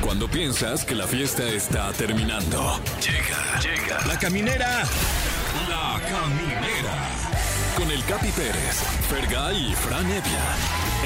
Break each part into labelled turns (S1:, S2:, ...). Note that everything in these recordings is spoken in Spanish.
S1: Cuando piensas que la fiesta está terminando. Llega, llega. La caminera. La caminera. Con el Capi Pérez, Fergay y Fran Evia.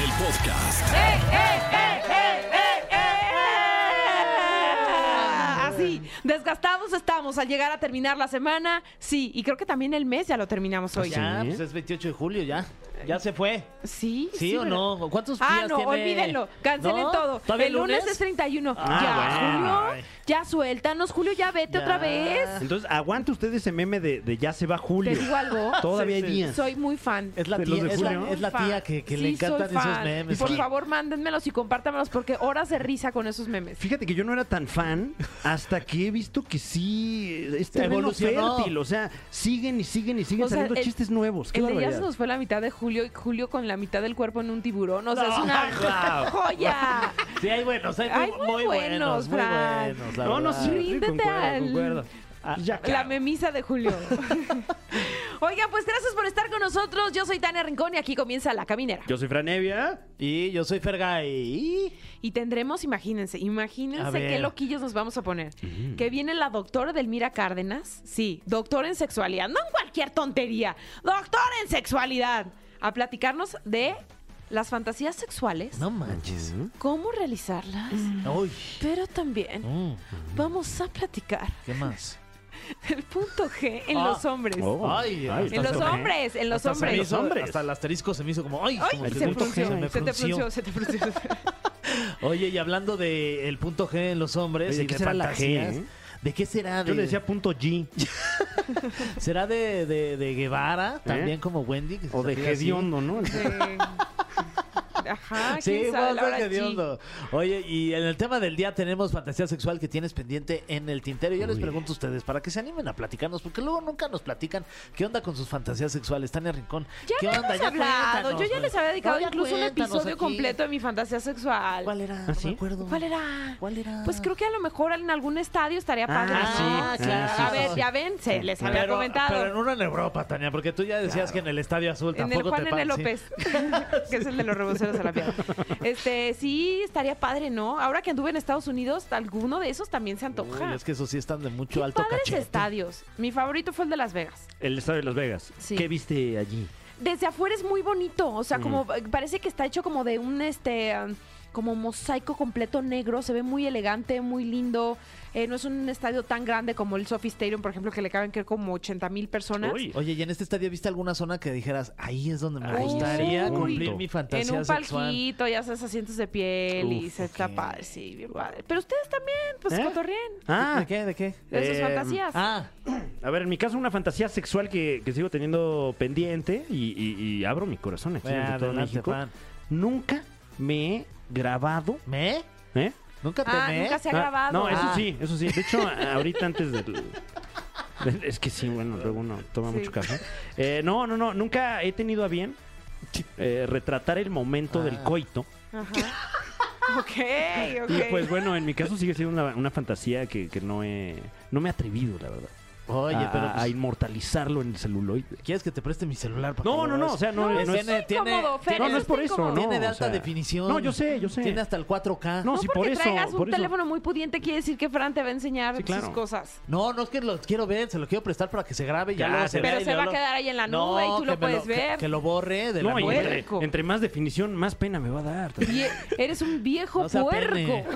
S1: El podcast.
S2: Ah, Así, desgastados estamos al llegar a terminar la semana. Sí, y creo que también el mes ya lo terminamos hoy.
S3: Ya,
S4: Ah,
S3: pues es 28 de julio, ya. Ya se fue.
S2: Sí,
S3: ¿Sí, o
S2: ¿verdad?
S3: no? ¿Cuántos
S2: Ah,
S3: días
S2: no,
S3: tiene?
S2: olvídenlo. Cancelen
S3: ¿No?
S2: todo.
S3: ¿Todavía Ah,
S2: El lunes? es 31. ya,
S3: bueno.
S2: Julio, ya suéltanos, Julio, ya vete
S3: Ya.
S2: otra vez.
S4: Entonces, aguanta usted ese meme de, de ya se va
S2: Te
S4: Julio.
S2: digo algo.
S4: Todavía
S3: Sí,
S4: hay
S3: sí.
S4: días.
S2: Soy muy fan.
S3: Es la
S4: ¿De los
S3: tía,
S4: de
S3: es la,
S4: julio?
S3: es la tía que, que le
S2: Sí, soy
S3: encantan esos
S2: fan.
S3: memes.
S2: Por
S3: sí.
S2: favor, mándenmelos y compártamelos porque horas de risa con esos memes.
S4: Fíjate que yo no era tan fan hasta que he visto que sí es terreno
S3: Evolucionó.
S4: fértil. O sea, siguen y siguen y siguen
S2: O sea,
S4: saliendo
S2: el-
S4: chistes nuevos. Qué
S2: El de ya se
S4: barbaridad.
S2: nos fue la mitad de Julio y Julio con la mitad del cuerpo en un tiburón. O sea, es
S3: No,
S2: una
S3: guau.
S2: joya.
S3: Sí, hay buenos, hay,
S2: Hay muy
S3: muy, muy buenos,
S2: buenos,
S3: muy
S2: Fran.
S3: buenos. la
S4: No, no,
S3: verdad.
S4: sí, sí,
S2: Ríndete
S4: concuerdo,
S2: al-
S4: concuerdo. Ya,
S2: La
S4: claro.
S2: memisa de Julio. Oigan, pues gracias por estar con nosotros. Yo soy Tania Rincón y aquí comienza La Caminera.
S4: Yo soy Franevia.
S3: Y yo soy Fergay.
S2: Y tendremos, imagínense,
S3: A
S2: imagínense
S3: ver. Mm.
S2: qué loquillos nos vamos a poner. Que viene la doctora Delmira Cárdenas. Sí, doctora en sexualidad. No en cualquier tontería. Doctora en sexualidad. A platicarnos de las fantasías sexuales.
S3: No Mm. manches.
S2: ¿Cómo realizarlas?
S3: Uy.
S2: Pero también
S3: Mm,
S2: vamos a platicar
S3: ¿Qué más?
S2: el punto G en
S3: Ah.
S2: los hombres.
S4: Oh.
S3: Ay,
S4: Ay,
S3: hasta
S2: En los
S3: se me-
S2: hombres, en los
S3: hasta se me
S2: hombres.
S3: hizo-
S4: hombres.
S3: Hasta el asterisco se me hizo como, ay,
S2: Ay,
S3: como
S2: se,
S3: que
S2: te
S3: el punto G
S2: frunció,
S3: se me
S2: se te
S3: frunció.
S2: frunció, se te frunció.
S3: Oye, y hablando del el punto G en los hombres,
S4: Oye, ¿de
S3: y
S4: qué
S3: de
S4: será la G,
S3: fantasías,
S4: eh?
S3: ¿De qué será? De,
S4: Yo le decía punto G.
S3: ¿Será de, de, de Guevara? También como Wendy. que se
S4: ¿Eh? O de
S3: apellida así?
S2: Ah,
S4: Gediondo, ¿no?
S2: Sí. Eh, Ajá,
S3: Sí,
S2: quién sabe,
S3: vamos
S2: la
S3: a
S2: hora
S3: ser
S2: G.
S3: hediondo. Oye, y en el tema del día tenemos fantasía sexual que tienes pendiente en el tintero. Yo les pregunto a ustedes para que se animen a platicarnos, porque luego nunca nos platican qué onda con sus fantasías sexuales. Están en el rincón.
S2: Ya
S3: ¿Qué
S2: lo
S3: onda?
S2: hemos hablado.
S3: cuéntanos,
S2: Yo ya
S3: güey.
S2: les había dedicado
S3: No, ya
S2: incluso un
S3: cuéntanos
S2: episodio
S3: aquí.
S2: completo de mi fantasía sexual.
S3: ¿Cuál era? No
S4: ¿Ah, sí?
S3: me acuerdo.
S2: ¿Cuál era?
S3: ¿Cuál era?
S2: Pues creo que a lo mejor en algún estadio estaría padre.
S3: Ah,
S2: ¿no?
S3: sí, claro.
S2: A ver, ya ven, se les había
S3: pero,
S2: comentado.
S3: pero en uno en Europa, Tania, porque tú ya decías que en el Estadio Azul
S2: En el
S3: tampoco
S2: Juan
S3: te
S2: N.
S3: pagan, sí.
S2: López, que es el de los reboceros a la piel. Este, sí, estaría padre, ¿no? Ahora que anduve en Estados Unidos, alguno de esos también se antoja.
S3: Uy, es que esos sí están de mucho
S2: Qué
S3: alto
S2: padres
S3: cachete.
S2: estadios. Mi favorito fue el de Las Vegas.
S4: El estado de Las Vegas.
S2: Sí.
S4: ¿Qué viste allí?
S2: Desde afuera es muy bonito, o sea, como
S3: Mm.
S2: parece que está hecho como de un este um, como mosaico completo negro, se ve muy elegante, muy lindo. Eh, no es un estadio tan grande como el Sophie Stadium, por ejemplo, que le caben que como 80 mil personas.
S4: Uy.
S3: Oye, ¿y en este estadio viste alguna zona que dijeras, ahí es donde me
S4: Ahí
S3: gustaría
S2: está.
S3: cumplir
S4: Uy.
S3: mi
S2: En
S3: fantasía
S2: un
S3: sexual?
S2: palquito, ya haces asientos de piel y
S4: Uf,
S2: se está
S3: ok.
S2: padre, sí, bien padre. Pero ustedes también, pues
S4: ¿Eh?
S2: cotorrien.
S4: Ah,
S3: ¿De qué? ¿De qué?
S2: De sus
S4: Eh,
S2: fantasías.
S3: Ah,
S4: a ver, en mi caso, una fantasía sexual que, que sigo teniendo pendiente y, y- y abro mi corazón aquí ante todo
S3: adelante,
S4: México.
S3: Fran.
S4: Nunca me he grabado.
S3: ¿Me?
S4: ¿eh?
S3: ¿Nunca te
S2: Ah,
S3: me?
S2: nunca se ha
S4: Ah,
S2: grabado.
S4: No, eso
S3: Ah.
S4: sí, eso sí. De hecho, a- ahorita antes del. del- Es que sí, bueno, luego uno toma
S2: Sí.
S4: mucho café. Eh, no, no, no, nunca he tenido a bien eh, retratar el momento
S3: Ah.
S4: del coito.
S2: Ajá. ok, ok.
S4: Y pues bueno, en mi caso sigue siendo una, una fantasía que, que no he no me he atrevido, la verdad.
S3: Oye,
S4: a,
S3: pero
S4: a
S3: pues,
S4: inmortalizarlo en el celuloide.
S3: ¿quieres que te preste mi celular? para
S4: No,
S3: que lo
S4: no, no,
S3: veas?
S4: o sea, no,
S2: No,
S4: no es.
S2: eso
S3: tiene- tiene-
S2: incómodo, Fer,
S4: No, no es por
S2: está
S4: eso,
S2: incómodo.
S4: no.
S3: Tiene de
S4: o
S3: alta
S4: sea,
S3: definición.
S4: no, yo sé, yo sé.
S3: Tiene hasta el 4K.
S4: No,
S2: No,
S4: sí,
S2: porque
S4: por eso,
S2: traigas un
S4: por eso.
S2: teléfono muy pudiente quiere decir que Fran te va a enseñar
S4: Sí, claro.
S2: sus cosas.
S3: No, no es que lo quiero ver, se lo quiero prestar para que se grabe y ya
S4: Ya,
S3: luego se
S4: pero
S3: vea y
S2: se va
S3: luego-
S2: a quedar ahí en la nube
S3: No,
S2: y tú lo
S3: que me
S2: puedes
S3: que-
S2: ver.
S3: Que, lo borre de la
S4: No, y
S3: nube.
S4: entre,
S2: puerco.
S4: entre más definición, más pena me va a dar.
S2: Vie- e, eres un viejo
S3: No sea pene.
S2: puerco.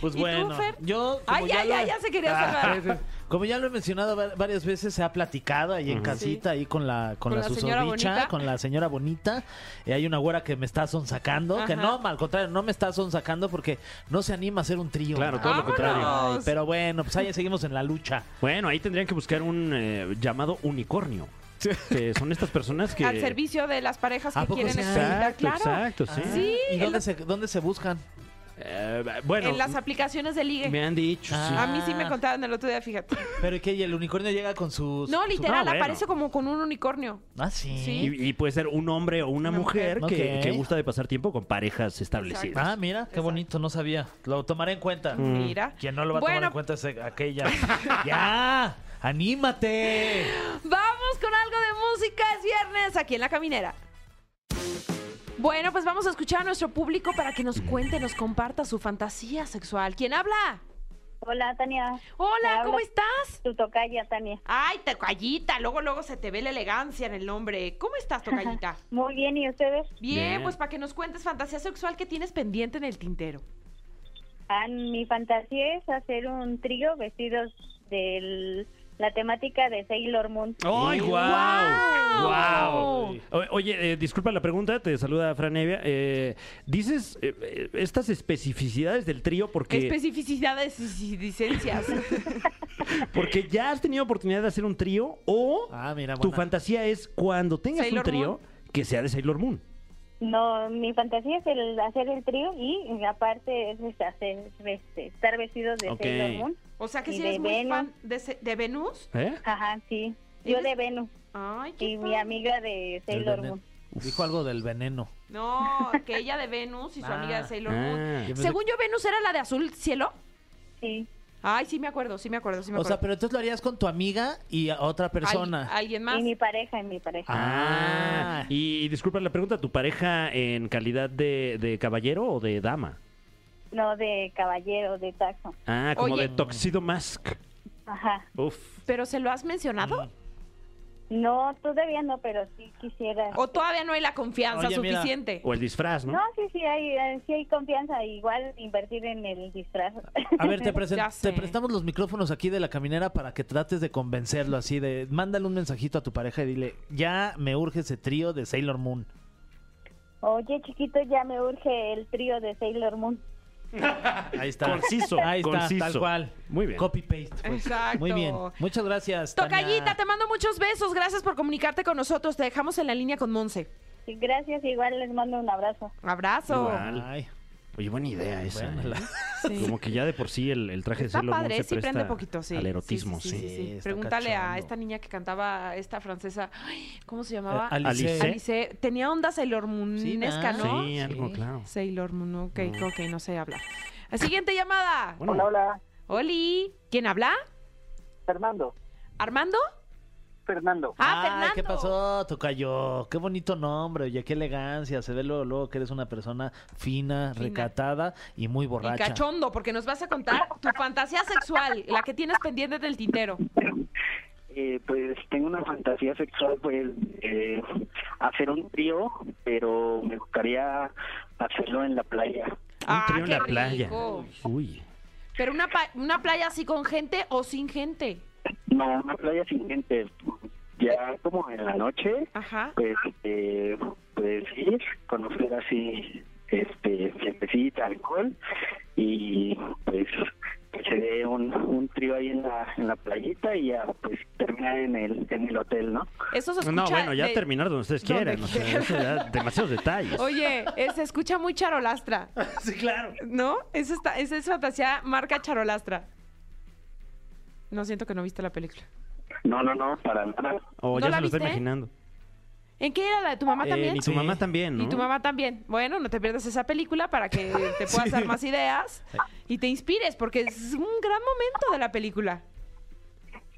S3: Pues
S2: ¿Y tú,
S3: bueno,
S2: Fer?
S3: yo. como
S2: Ay, ya,
S3: lo-
S2: ya, ya se quería
S3: Ah,
S2: cerrar.
S3: sí, sí. Como ya lo he mencionado va- varias veces, se ha platicado ahí en casita, ahí con la, con
S2: Con
S3: la,
S2: la señora
S3: susodicha,
S2: bonita.
S3: con la señora bonita. Eh, hay una güera que me está sonsacando, que
S2: Ajá.
S3: no, al contrario, no me está sonsacando porque no se anima a hacer un trío.
S4: Claro, todo
S2: lo contrario. Vámonos.
S3: pero bueno, pues ahí seguimos en la lucha.
S4: Bueno, ahí tendrían que buscar un eh, llamado unicornio. Que son estas personas que.
S2: Al servicio de las parejas
S3: ¿A
S2: que
S3: poco
S2: quieren
S3: sí hay?
S2: experimentar,
S4: Exacto,
S2: claro.
S4: exacto, sí.
S2: Sí,
S3: ¿Y
S2: en,
S3: dónde,
S2: las,
S3: se, dónde se buscan?
S4: Eh, bueno,
S2: en Ah, las aplicaciones de ligue.
S4: me han dicho, sí.
S2: A mí sí
S3: Ah.
S2: me contaron el otro día, fíjate.
S3: Pero ¿y qué? ¿Y el unicornio llega con sus.
S2: No, literal,
S4: bueno.
S2: aparece como con un unicornio.
S3: Ah, sí.
S2: Sí.
S4: Y, y puede ser un hombre o una,
S2: Una
S4: mujer,
S3: mujer.
S4: que,
S3: Ok.
S4: que gusta de pasar tiempo con parejas establecidas.
S3: Ah, mira, qué
S2: Exacto.
S3: bonito, no sabía. Lo tomaré en cuenta.
S2: Mira.
S3: Quien Mm. no lo va a tomar
S2: bueno,
S3: en cuenta es aquella. ¡Ya! ¡Anímate!
S2: Vamos con algo de música, es viernes aquí en La Caminera. Bueno, pues vamos a escuchar a nuestro público para que nos cuente, nos comparta su fantasía sexual. ¿Quién habla?
S5: Hola, Tania.
S2: Hola,
S5: Te
S2: ¿cómo
S5: habla
S2: estás?
S5: Tu tocaya, Tania.
S2: Ay, tocallita, luego luego se te ve la elegancia en el nombre. ¿Cómo estás, tocallita?
S5: Muy bien, ¿y ustedes?
S2: Bien,
S4: Bien.
S2: pues para que nos cuentes fantasía sexual que tienes pendiente en el tintero.
S5: Ah, mi fantasía es hacer un trío vestidos de la temática de Sailor Moon.
S4: ¡Ay,
S2: Ah, ¡Guau!
S4: guau! ¡Guau! O- Oye, eh, disculpa la pregunta, te saluda Fran Evia. Eh, dices eh, eh, estas especificidades del trío porque,
S2: Especificidades y y licencias.
S4: porque ya has tenido oportunidad de hacer un trío o
S3: Ah, mira,
S4: tu
S3: buena.
S4: fantasía es cuando tengas
S2: Sailor
S4: un trío
S2: Moon.
S4: que sea de Sailor Moon.
S5: No, mi fantasía es el hacer el trío y aparte es este, hacer, este, estar vestidos de
S4: Ok.
S5: Sailor Moon.
S2: O sea que
S5: Y
S2: si
S5: de
S2: eres muy
S5: Venus.
S2: fan de, se- de Venus.
S4: ¿Eh?
S5: Ajá, sí. Yo
S2: ¿Eres-
S5: de Venus
S2: Ay, qué
S5: y mi
S2: padre.
S5: amiga de
S3: Del
S5: Sailor
S3: veneno.
S5: Moon.
S3: Dijo algo del veneno.
S2: No, que ella de Venus y su
S3: Ah.
S2: amiga de Sailor Moon.
S4: Ah.
S3: Yo pensé-
S2: Según yo, Venus era la de azul cielo.
S5: Sí.
S2: Ay, sí me acuerdo, sí me acuerdo, sí me
S3: O sea,
S2: acuerdo.
S3: pero entonces lo harías con tu amiga y a otra
S2: Al-
S3: persona.
S2: alguien más.
S5: Y mi pareja, y mi pareja.
S4: Ah,
S3: Ah.
S4: y, y disculpa la pregunta, ¿tu pareja en calidad de, de caballero o de dama?
S5: No de caballero, de taxo.
S4: Ah, como
S2: Oye.
S4: de Tuxedo Mask.
S5: Ajá.
S4: Uf.
S2: ¿Pero se lo has mencionado?
S5: No, todavía no, pero sí quisiera.
S2: ¿O todavía no hay la confianza
S3: Oye, mira.
S2: suficiente?
S4: O el disfraz, ¿no?
S5: No, sí, sí hay, eh, sí hay confianza. Igual invertir en el disfraz.
S3: A ver, te, presen-
S2: Ya
S3: te
S2: sé.
S3: prestamos los micrófonos aquí de la caminera para que trates de convencerlo así de mándale un mensajito a tu pareja y dile, ya me urge ese trío de Sailor Moon.
S5: Oye, chiquito, ya me urge el trío de Sailor Moon.
S3: Ahí está.
S4: Conciso,
S3: Ahí está,
S4: conciso.
S3: tal cual. pues.
S4: Muy bien.
S3: Copy paste.
S2: Exacto.
S3: Muy bien. Muchas gracias. Tania.
S2: Tocallita, te mando muchos besos. Gracias por comunicarte con nosotros. Te dejamos en la línea con Monse.
S5: Sí, Gracias, igual les mando un abrazo.
S2: Abrazo.
S4: Igual.
S3: Ay,
S4: Oye, buena idea esa.
S3: bueno,
S4: ¿eh?
S3: la-
S2: Sí.
S4: Como que ya de por sí el, el traje de
S2: Está
S4: Sailor Moon
S2: padre,
S4: se
S2: sí prende
S4: presta
S2: poquito, sí.
S4: al
S2: Sí,
S4: erotismo, sí.
S3: sí. está
S2: Pregúntale a
S3: cachondo.
S2: esta niña que cantaba esta francesa, ay, ¿cómo se llamaba?
S3: Eh, Alice.
S4: Alice.
S2: Alice. Tenía onda Sailor Moonesca,
S3: Sí,
S2: ¿no?
S4: Sí, algo
S3: Sí.
S4: claro. Mm.
S2: Sailor Moon, ok, ok, no sé hablar. La siguiente llamada.
S4: Bueno,
S6: hola.
S2: Oli, ¿quién habla?
S6: Fernando.
S2: ¿Armando?
S6: Fernando.
S2: Ah,
S3: Ay,
S2: Fernando.
S3: ¿qué pasó, Tocayo? Qué bonito nombre, oye, qué elegancia. Se ve luego, luego que eres una persona
S2: Fina.
S3: fina, recatada y muy
S2: Y
S3: borracha.
S2: cachondo, porque nos vas a contar tu fantasía sexual, la que tienes pendiente del tintero.
S6: Eh, pues tengo una fantasía sexual, pues eh, hacer un trío, pero me gustaría hacerlo en la playa.
S2: Ah,
S4: un trío en
S2: qué
S4: la playa.
S2: rico.
S4: Uy.
S2: Pero una, pa- una playa así con gente o sin gente.
S6: No, una playa sin gente. Ya como en la noche,
S2: Ajá.
S6: pues eh, puedes ir, conocer así, este, fiestecita, alcohol, y pues que se dé un, un trío ahí en la, en la playita y ya pues terminar en el, en el hotel, ¿no?
S2: Eso se escucha.
S4: No, bueno, ya
S2: de-
S4: terminar donde ustedes
S2: donde
S4: quieran. o sea,
S2: quieran.
S4: eso ya demasiados detalles.
S2: Oye, eh, se escucha muy charolastra,
S4: sí, claro.
S2: ¿no? Esa, está, esa es fantasía marca charolastra. No siento que no viste la película.
S6: No, no, no, para nada.
S4: O
S2: ¿No
S4: ya
S2: la
S4: se lo estoy
S2: viste?
S4: imaginando.
S2: ¿En qué era la de tu mamá
S4: Eh,
S2: también?
S4: Y tu
S3: Sí.
S4: mamá también, ¿no?
S2: Y tu mamá también. Bueno, no te pierdas esa película para que te puedas dar más ideas y te inspires, porque es un gran momento de la película.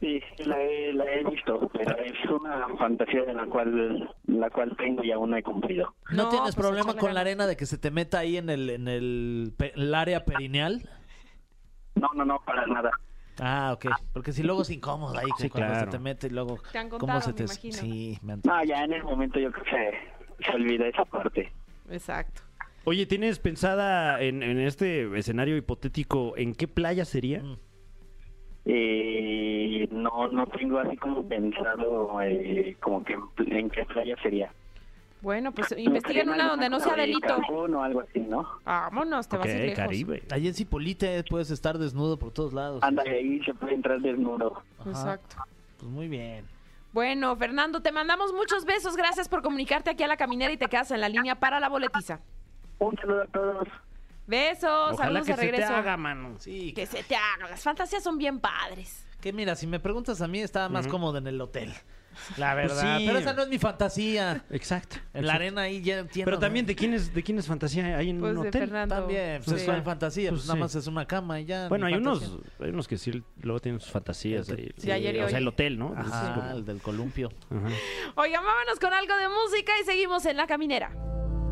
S6: Sí, la he, la he visto, pero es una fantasía de la cual, la cual tengo y aún no he cumplido.
S3: ¿No,
S2: No,
S3: tienes
S2: pues,
S3: problema
S2: échale
S3: con la
S2: ganas.
S3: arena de que se te meta ahí en el, en el, pe- el área perineal?
S6: No, no, no, para nada.
S3: Ah, ok. Porque si luego es incómodo ahí,
S4: Sí,
S3: como cuando
S4: claro.
S3: se te mete y luego...
S2: Te han
S3: ¿cómo
S2: contado,
S3: se
S2: me
S3: te...
S2: imagino.
S3: Sí, me han...
S6: No, ya en el momento yo creo que se, se olvida esa parte.
S2: Exacto.
S4: Oye, ¿tienes pensada en, en este escenario hipotético en qué playa sería?
S3: Mm.
S6: Eh, no, no tengo así como pensado eh, como que en pl- en qué playa sería.
S2: Bueno, pues investiguen una donde no sea delito.
S6: Cancún o algo así, ¿no?
S2: Pues Vámonos, te vas a ir
S4: Ok,
S2: lejos.
S4: Caribe.
S3: Allí en Cipolite puedes estar desnudo por todos lados.
S6: Anda, ahí se puede entrar desnudo.
S3: Ajá.
S2: Exacto.
S3: Pues muy bien.
S2: Bueno, Fernando, te mandamos muchos besos. Gracias por comunicarte aquí a la caminera y te quedas en la línea para la boletiza.
S6: Un saludo a todos.
S2: Besos,
S4: Ojalá
S2: Oh, saludos
S4: que
S2: de regreso.
S4: se te haga, mano.
S3: Sí,
S2: Que se te haga. Las fantasías son bien padres.
S3: que mira, si me preguntas a mí, estaba más cómodo en el hotel. La
S4: Pues
S3: verdad.
S4: sí.
S3: Pero esa no es mi fantasía.
S4: Exacto.
S3: En la arena ahí ya entiendo.
S4: Pero también,
S3: ¿no?
S4: ¿de quién es, de quién es fantasía? Hay en
S2: Pues
S4: un
S2: de
S4: hotel.
S2: Fernando.
S3: También,
S2: Sí.
S3: pues es mi fantasía, pues,
S4: Pues
S3: nada
S4: sí.
S3: más es una cama y ya.
S4: Bueno,
S3: mi
S4: hay unos,
S3: fantasía.
S4: hay unos que sí luego tienen sus fantasías.
S3: Sí,
S4: ahí. Eh,
S2: sí, ayer y
S4: o
S2: hoy.
S4: sea, el hotel, ¿no? Entonces,
S3: Ajá,
S4: como-
S3: el del columpio.
S4: ajá.
S2: Oigan, vámonos con algo de música y seguimos en la caminera.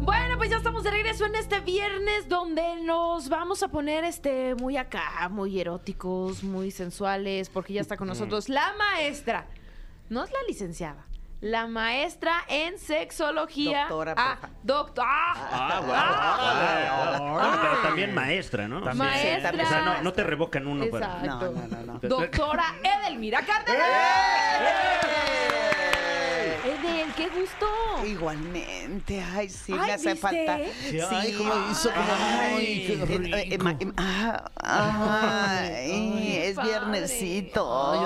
S2: Bueno, pues ya estamos de regreso en este viernes donde nos vamos a poner este muy acá, muy eróticos, muy sensuales, porque ya está con nosotros la maestra. No es la licenciada. La maestra en sexología.
S7: Doctora,
S2: Ah,
S7: por fa-
S2: doctor. ah,
S8: Ah, bueno.
S2: ah,
S8: Bueno, pero también maestra, ¿no?
S2: También. Maestra.
S8: O sea, no, no te revocan uno. para-
S2: Exacto.
S7: No, no, no, no.
S2: Doctora Edelmira Cárdenas. Edel, qué gusto.
S7: Igualmente, ay, sí,
S2: Ay,
S7: me hace
S2: ¿viste?
S7: falta.
S3: Sí, ay, cómo hizo, cómo- ay, qué
S7: eh, eh, ma- em- ah, ay, es
S2: padre.
S7: viernesito.
S3: Ay,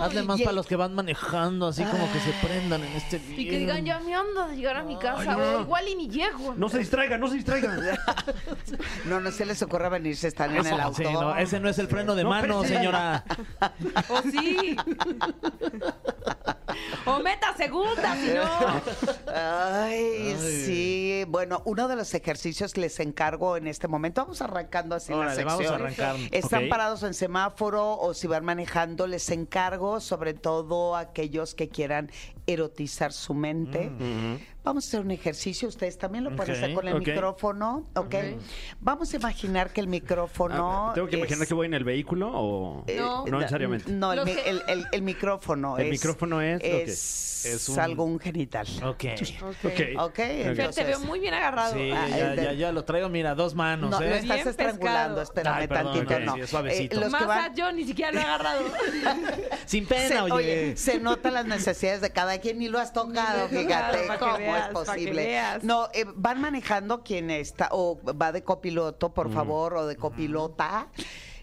S3: hazle, hazle más
S7: Y-
S3: para los que van manejando, así como que se prendan en este video.
S7: Eh,
S2: Y que digan, ya me ando de llegar a mi casa. o igual y ni llego.
S4: No se distraigan, no se distraigan.
S7: No, no se les ocurra venirse, están en el auto.
S3: Sí, no, ese no es el freno de
S4: No,
S3: mano,
S4: espérese.
S3: señora.
S2: O Oh, sí. o meta segunda, si no.
S7: Ay, sí. Bueno, uno de los ejercicios les encargo en este momento. Vamos arrancando así la
S3: Órale, vamos
S7: sección.
S3: a arrancar.
S7: Están
S4: Ok.
S7: parados en semáforo o si van manejando, les encargo sobre todo a aquellos que quieran erotizar su mente.
S8: Mm,
S7: Vamos a hacer un ejercicio, ustedes también lo pueden
S3: Ok,
S7: hacer con el
S4: ok.
S7: micrófono, ¿ok? Vamos a imaginar que el micrófono...
S8: Ah, ¿Tengo que imaginar
S7: es-
S8: que voy en el vehículo o...?
S7: eh,
S2: No.
S8: No necesariamente.
S7: No, el,
S2: Los
S7: mi-
S2: que-
S7: el- el- el micrófono
S8: El
S7: es...
S8: micrófono es, ok.
S7: Es,
S3: Es un-
S7: algún genital.
S3: Ok. Sí,
S8: Ok.
S2: Fer,
S7: Ok,
S2: te
S7: entonces-
S2: veo muy bien agarrado.
S7: Ah,
S3: ya,
S7: el de-
S3: ya, ya lo traigo, mira, dos manos,
S7: No, lo
S3: ¿eh?
S2: es-
S7: estás
S2: Bien
S7: estrangulando,
S2: pescado.
S7: espérame
S3: Ay, perdón,
S7: tantito,
S3: ok,
S7: no. Eh,
S3: sí, es suavecito.
S7: los
S2: Más
S7: que
S2: a
S7: van,
S2: yo ni siquiera lo he agarrado.
S3: Sin
S7: se,
S3: pena,
S7: oye,
S3: oye.
S7: se notan las necesidades de cada quien y lo has tocado,
S2: Ni lo he
S7: fíjate
S2: tocado, pa' que
S7: cómo
S2: veas,
S7: es
S2: pa' que
S7: posible.
S2: veas.
S7: No, eh, van manejando quien está o va de copiloto,
S3: Mm.
S7: por favor, o de copilota.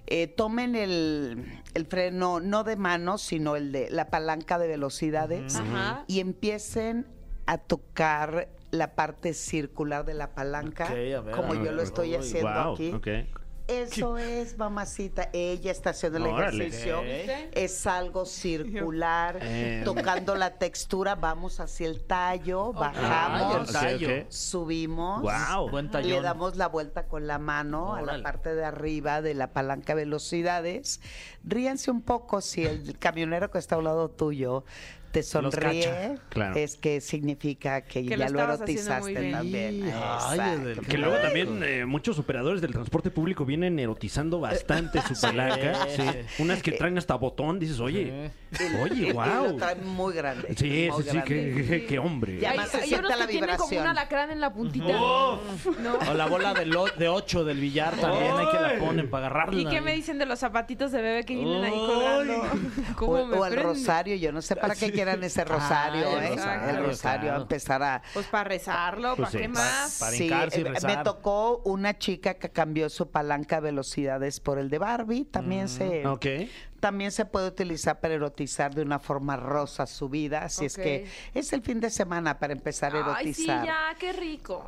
S7: Eh, tomen el, el freno no de mano, sino el de la palanca de velocidades
S2: Ajá.
S7: y empiecen a tocar la parte circular de la palanca,
S3: Ok, a ver, Ah,
S7: como
S3: a
S7: yo
S3: ver.
S7: lo estoy
S3: Uy,
S7: haciendo
S8: wow,
S7: aquí.
S8: Ah, ok.
S7: Eso es, mamacita. Ella está haciendo el
S8: Órale.
S7: ejercicio.
S3: Ok.
S7: Es algo circular,
S8: Eh.
S7: tocando la textura. Vamos hacia el tallo, bajamos,
S3: Ay, el tallo.
S8: ok.
S7: subimos.
S8: Wow.
S3: Buen tallón.
S7: Le damos la vuelta con la mano a
S3: Órale.
S7: la parte de arriba de la palanca velocidades. Ríanse un poco si el camionero que está a un lado tuyo te sonríe.
S8: claro.
S7: Es que significa que,
S2: Que lo
S7: ya lo,
S2: estabas haciendo muy
S7: erotizaste
S2: bien.
S7: también.
S3: Ay,
S7: Exacto.
S3: Edel,
S8: Que luego también eh, muchos operadores del transporte público vienen erotizando bastante su palanca.
S3: Sí.
S8: Sí. Unas que traen hasta botón, dices, oye,
S7: Y
S8: oye,
S7: lo
S8: wow.
S7: trae muy grande.
S8: Sí,
S7: muy
S8: sí, sí,
S7: grande.
S8: qué, qué- qué hombre.
S7: Ya
S2: Hay,
S7: más se
S2: hay
S7: siente
S2: unos
S7: la
S2: que tienen como
S7: vibración.
S2: un alacrán en la puntita. No.
S3: O la bola de, lo- de ocho del billar también, hay que la ponen para agarrarla.
S2: ¿Y qué me dicen de los zapatitos de bebé que vienen ahí
S3: Ay.
S2: colgando?
S7: O,
S2: ¿Cómo me
S7: o el
S2: prende?
S7: rosario, yo no sé para qué quieran ese rosario,
S3: Ah, el
S7: ¿eh?
S3: rosario,
S7: el rosario
S3: claro.
S7: a empezar a...
S2: Pues para rezarlo,
S8: Pues
S2: ¿para
S8: sí.
S2: qué más?
S3: para hincarse y
S7: eh, me
S3: rezar.
S7: tocó una chica que cambió su palanca de velocidades por el de Barbie.
S3: Mm,
S7: También se
S8: Ok.
S7: también se puede utilizar para erotizar de una forma rosa su vida. Así es que es el fin de semana para empezar a
S2: Ay, sí,
S7: erotizar.
S2: ya, qué rico.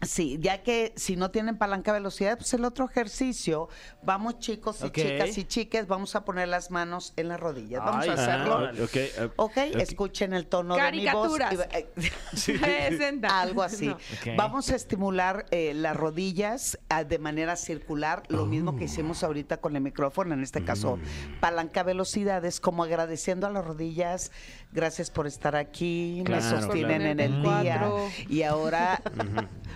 S7: Sí, ya que si no tienen palanca de velocidad, pues el otro ejercicio, vamos chicos y
S3: Ok.
S7: chicas y chiques, vamos a poner las manos en las rodillas. Vamos
S3: Ay,
S7: a
S3: ajá.
S7: hacerlo.
S8: Ah, ok, ah,
S7: ok, escuchen el tono de mi voz. eh,
S2: Caricaturas. Presenta.
S7: Algo así.
S2: No.
S3: Ok.
S7: Vamos a estimular eh, las rodillas ah, de manera circular, lo mismo que hicimos ahorita con el micrófono, en este caso palanca velocidades, como agradeciendo a las rodillas, gracias por estar aquí, me
S8: Claro,
S7: sostienen
S2: claro.
S7: en el día.
S2: Cuatro.
S7: Y ahora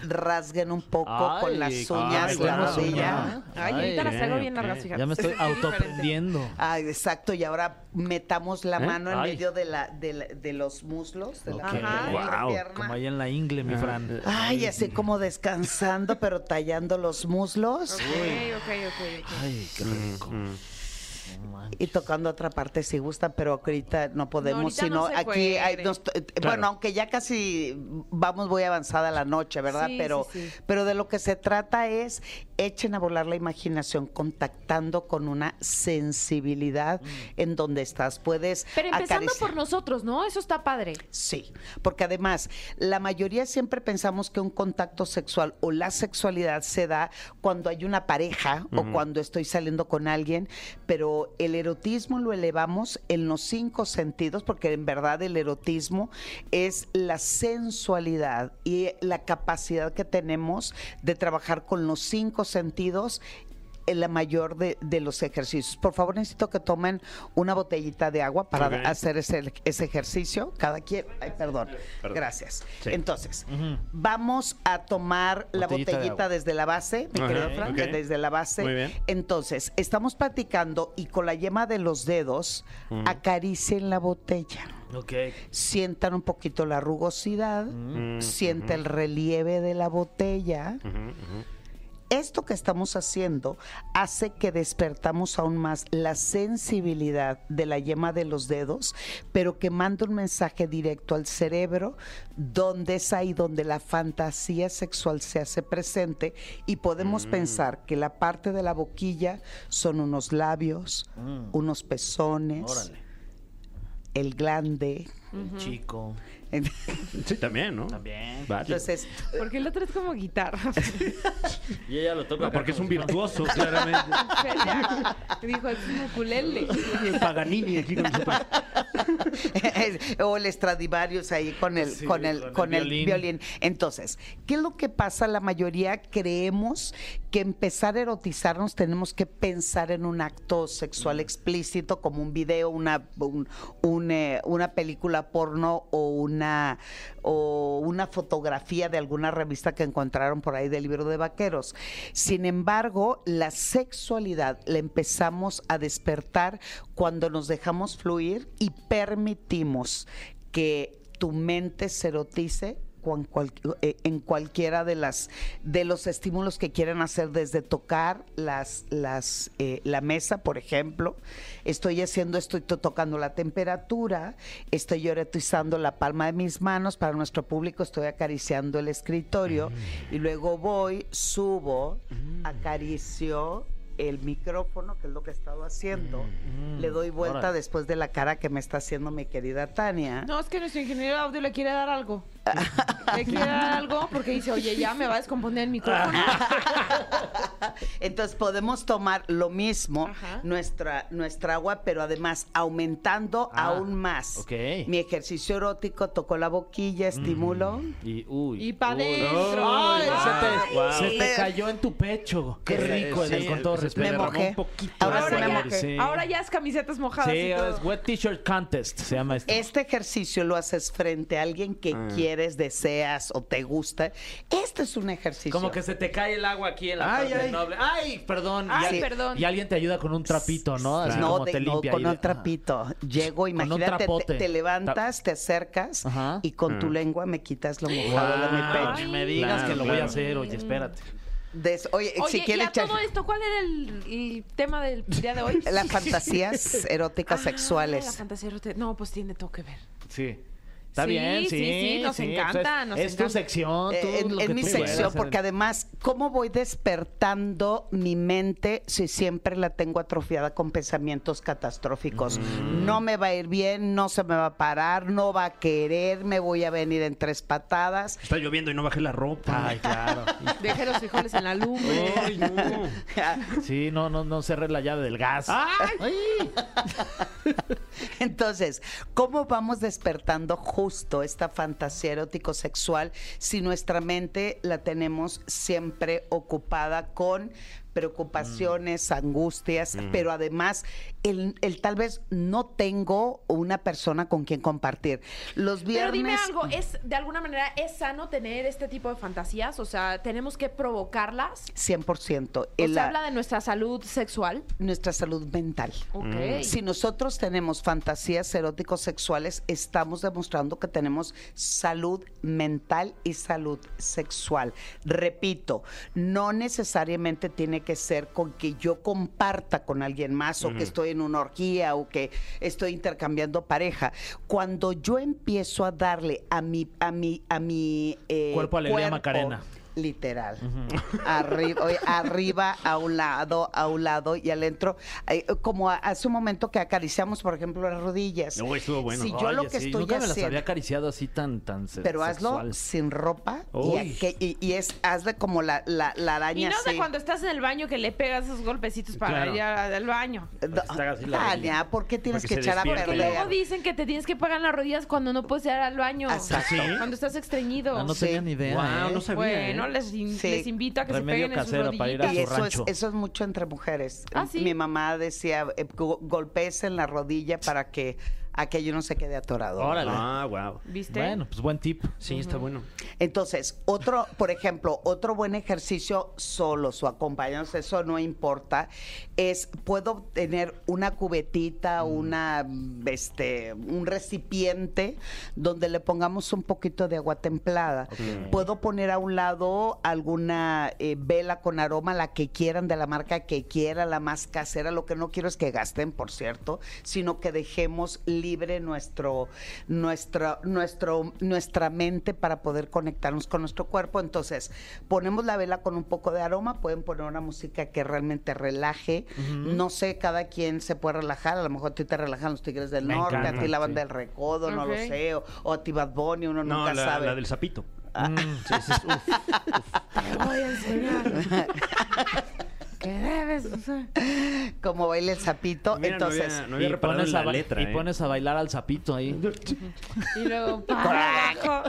S7: rasguen un poco con las
S3: Ay,
S7: uñas
S3: ay,
S7: la
S3: buenas
S7: rodilla.
S3: uñas.
S2: Ay,
S3: Ah, Ay,
S2: ahorita las traigo
S8: ok,
S2: bien largas, fíjate.
S3: Ya me estoy
S2: Muy diferente.
S3: autoprendiendo.
S7: Ay, Ah, exacto, y ahora metamos la
S8: ¿Eh?
S7: mano en
S3: Ay.
S7: medio de, la, de, la- de los muslos, de la,
S3: Ok.
S7: parte de la
S8: Guau,
S7: pierna.
S3: Como ahí en la ingle,
S9: Ah.
S3: mi Fran.
S7: Ay, así como descansando, pero tallando los muslos
S2: Ok, ok, ok, ok.
S3: Ay, qué rico.
S8: Mm.
S7: y tocando otra parte si gusta, pero ahorita no
S2: No,
S7: podemos,
S2: ahorita no
S7: sino
S2: se
S7: aquí,
S2: puede.
S7: hay dos- eh, bueno, aunque ya casi vamos muy avanzada la noche, ¿verdad?
S2: Sí,
S7: pero,
S2: sí, sí.
S7: pero de lo que se trata es echen a volar la imaginación contactando con una sensibilidad en donde estás. Puedes
S2: Pero empezando
S7: acariciar-
S2: por nosotros, ¿no? Eso está padre.
S7: Sí, porque además la mayoría siempre pensamos que un contacto sexual o la sexualidad se da cuando hay una pareja o cuando estoy saliendo con alguien, pero el erotismo lo elevamos en los cinco sentidos, porque en verdad el erotismo es la sensualidad y la capacidad que tenemos de trabajar con los cinco sentidos en la mayor de, de los ejercicios. Por favor, necesito que tomen una botellita de agua para
S8: Ok.
S7: hacer ese, ese ejercicio. Cada quien, ay, perdón, gracias.
S8: Sí.
S7: Entonces, vamos a tomar la
S3: Botellita de
S7: botellita
S3: agua.
S7: desde la base, mi
S8: Ajá,
S7: querido Fran,
S8: ok.
S7: que desde la base.
S8: Muy bien.
S7: Entonces, estamos platicando y con la yema de los dedos acaricien la botella
S3: Ok.
S7: sientan un poquito la rugosidad, sienta el relieve de la botella. Esto que estamos haciendo hace que despertamos aún más la sensibilidad de la yema de los dedos, pero que manda un mensaje directo al cerebro, donde es ahí donde la fantasía sexual se hace presente y podemos pensar que la parte de la boquilla son unos labios, unos pezones,
S3: Órale.
S7: el glande,
S3: El chico.
S8: Sí, también, ¿no?
S3: También.
S8: Válido.
S7: entonces,
S2: Porque el otro es como guitarra.
S9: Y ella lo toca.
S8: No,
S9: acá
S8: porque es un
S9: como si no-
S8: virtuoso, claramente.
S2: Dijo, es un ukulele.
S8: Paganini aquí con nosotros.
S7: o el Stradivarius ahí con el
S3: Sí,
S7: con el con, el violín. Entonces, ¿qué es lo que pasa? La mayoría creemos que empezar a erotizarnos tenemos que pensar en un acto sexual explícito como un video, una un- un, eh, una película porno o una o una fotografía de alguna revista que encontraron por ahí del libro de vaqueros. Sin embargo, la sexualidad la empezamos a despertar cuando nos dejamos fluir y permitimos que tu mente se erotice cuan- cual- eh, en cualquiera de las de los estímulos que quieran hacer desde tocar las las eh, la mesa por ejemplo estoy haciendo estoy to- tocando la temperatura estoy erotizando la palma de mis manos para nuestro público estoy acariciando el escritorio y luego voy subo acaricio el micrófono, que es lo que he estado haciendo, le doy vuelta
S3: Órale.
S7: después de la cara que me está haciendo mi querida Tania.
S2: No, es que nuestro ingeniero de audio le quiere dar algo. Le quiere dar algo porque dice, oye, ya me va a descomponer el micrófono.
S7: Entonces podemos tomar lo mismo,
S2: Ajá.
S7: nuestra, nuestra agua, pero además aumentando
S3: Ah,
S7: aún más.
S3: ok. Mm.
S7: Mi ejercicio erótico, tocó la boquilla, estimulo.
S9: Y, uy.
S2: Y pa'
S9: uy.
S2: dentro.
S3: Ay, se,
S9: Ay,
S3: te,
S9: wow.
S3: se te
S7: Pero-
S3: cayó en tu pecho. Qué rico,
S9: sí,
S3: Edel, con todo
S9: se
S3: respeto.
S7: Me
S9: derramó
S7: mojé.
S9: un poquito.
S7: Ahora sí
S2: Ahora,
S7: me
S2: ya,
S7: mojé.
S9: Sí.
S2: ahora ya es camisetas mojadas.
S3: Sí,
S2: y todo.
S3: es Wet T-shirt Contest, se llama esto.
S7: Este ejercicio lo haces frente a alguien que
S3: Ah.
S7: quieres, deseas o te gusta. Este es un ejercicio.
S9: Como que se te cae el agua aquí en la
S3: Ay,
S9: parte
S3: ay.
S9: noble.
S3: Ay, perdón.
S2: Ay,
S3: y, al-
S2: perdón.
S3: y alguien te ayuda con un trapito, ¿no? Así
S7: no,
S3: como
S7: de-
S3: te
S7: no,
S3: limpia.
S7: con
S3: ahí de- Ah.
S7: un trapito. Llego,
S3: un
S7: imagínate, te,
S3: trapote.
S7: te levantas, te acercas
S3: Ajá.
S7: y con tu lengua me quitas lo mojado de mi
S3: Ah,
S7: pecho.
S3: ni me digas
S8: Claro,
S3: que lo voy
S8: claro.
S3: a hacer, oye, espérate.
S7: Des- oye,
S2: Oye,
S7: si quiere
S2: y a
S7: echar
S2: todo esto, ¿cuál era el, el tema del día de hoy?
S7: las fantasías eróticas
S2: Ah, la
S7: sexuales.
S2: fantasía erótica. No, pues tiene todo que ver.
S3: Sí. Está
S2: Sí,
S3: bien, sí.
S2: sí, sí, nos
S3: pues
S2: encanta,
S3: es
S2: nos
S3: es tu
S2: encanta.
S3: sección. tú
S7: Eh, en
S3: lo
S7: en
S3: que
S7: mi
S3: tú
S7: sección,
S3: quieras,
S7: porque
S3: Edel.
S7: además, ¿cómo voy despertando mi mente si siempre la tengo atrofiada con pensamientos catastróficos? No me va a ir bien, no se me va a parar, no va a querer, me voy a venir en tres patadas.
S8: Está lloviendo y no bajé la ropa.
S3: Ay, claro.
S2: Deje los frijoles en la lumbre.
S8: Ay, no.
S3: Sí, no, no, no cerré la llave del gas. Ay.
S7: Entonces, ¿cómo vamos despertando justo esta fantasía erótico-sexual si nuestra mente la tenemos siempre ocupada con preocupaciones, angustias, pero además el, el tal vez no tengo una persona con quien compartir. Los
S2: Pero
S7: viernes...
S2: dime algo, ¿es de alguna manera es sano tener este tipo de fantasías? O sea, ¿tenemos que provocarlas?
S7: 100%.
S2: O
S7: El-
S2: se habla de nuestra salud sexual.
S7: Nuestra salud mental.
S2: Ok.
S7: Si nosotros tenemos fantasías eróticos sexuales, estamos demostrando que tenemos salud mental y salud sexual. Repito, no necesariamente tiene que ser con que yo comparta con alguien más o que estoy en una orgía o que estoy intercambiando pareja. Cuando yo empiezo a darle a mi a mi a mi eh,
S3: Cuerpo, alegría, Macarena.
S7: Literal. arriba, oye, arriba, a un lado, a un lado y adentro. Ay, Como a- hace un momento que acariciamos, por ejemplo, las rodillas.
S8: No, estuvo bueno.
S7: Si yo lo
S9: Oye,
S7: que
S9: sí,
S7: estoy
S9: Nunca me las había
S7: haciendo.
S9: acariciado así tan, tan se-
S7: Pero hazlo
S9: sexual.
S7: sin ropa y,
S8: Uy.
S7: a- que- y- y es hazle como la, la, la
S2: Y
S7: araña.
S2: no de
S7: así.
S2: cuando estás en el baño que le pegas esos golpecitos para
S8: Claro.
S2: ir a- al baño.
S7: No,
S8: que se haga así la
S7: Tania, ¿por qué tienes
S8: que
S7: que,
S8: se
S7: echar a
S8: despierte.
S2: Porque
S7: perder?
S2: luego dicen que te tienes que pagar las rodillas cuando no puedes ir al baño.
S7: Exacto.
S2: Cuando estás extrañido.
S3: Ah, no
S7: Sí.
S3: tenía ni idea.
S8: Wow,
S3: ¿eh?
S8: no sabía.
S2: bueno, ¿no? Les, in-
S7: Sí.
S2: les invito a que
S9: Remedio
S2: se peguen en sus
S9: casero para ir a
S2: rodillitas.
S9: su
S7: Y eso es,
S9: rancho.
S7: eso es mucho entre mujeres.
S2: Ah, ¿sí?
S7: Mi mamá decía, eh, go- golpéese en la rodilla para que aquello no se quede atorado.
S9: Órale.
S8: Ah, wow.
S2: ¿Viste?
S9: Bueno, pues buen tip.
S8: Sí, está bueno.
S7: Entonces, otro, por ejemplo, otro buen ejercicio solos o acompañados, eso no importa, es puedo tener una cubetita, una mm, este, un recipiente donde le pongamos un poquito de agua templada. Puedo poner a un lado alguna eh, vela con aroma, la que quieran, de la marca que quiera, la más casera. Lo que no quiero es que gasten, por cierto, sino que dejemos libre nuestro, nuestra, nuestro, nuestra mente para poder conectarnos con nuestro cuerpo. Entonces, ponemos la vela con un poco de aroma, pueden poner una música que realmente relaje. No sé, cada quien se puede relajar, a lo mejor a ti te relajan los Tigres del
S8: Me
S7: Norte, a
S8: encanta,
S7: ti la
S8: sí.
S7: banda del Recodo, no lo
S2: Ok.
S7: sé, o, o a ti Bad Bunny, uno
S8: No,
S7: nunca
S8: la,
S7: sabe. Ah.
S8: la del sapito. Mm,
S2: Voy a enseñar que debes usar.
S7: Como baila el sapito,
S8: Mira, no había-
S7: entonces...
S8: no había
S9: y
S8: reparado
S9: pones,
S8: en la
S9: a ba-
S8: letra,
S9: y
S8: ¿eh?
S9: pones a bailar al sapito ahí.
S3: ¿Eh?
S2: Y luego para abajo.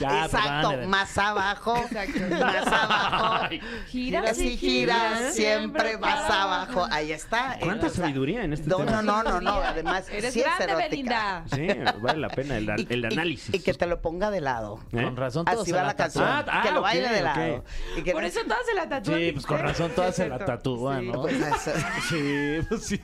S9: Ya,
S8: pues,
S7: Exacto,
S9: perdón,
S7: más abajo, más abajo.
S2: Giras
S7: Giras y giras, siempre más
S2: para
S7: abajo. Ahí está. eh,
S8: ¿Cuánta
S7: O sea,
S8: sabiduría en este
S7: No,
S8: tema?
S7: no, no, no, no. Además,
S2: Eres
S7: sí es
S2: grande,
S7: erótica.
S2: Belinda.
S8: Sí, vale la pena el,
S7: Y-
S8: el
S7: y-
S8: análisis.
S7: Y, que te lo ponga de lado.
S8: ¿Eh?
S9: Con razón todos
S7: Así
S9: se
S7: va
S9: la
S7: la canción.
S8: tatúan. Ah,
S7: que lo
S8: ok,
S7: baile de
S8: ok.
S7: lado. Y que
S2: Por
S7: no-
S2: eso todas se la tatúan.
S9: Sí, pues con razón todas se la tatúan, ¿no?
S7: Pues, eso.
S9: Sí, pues sí.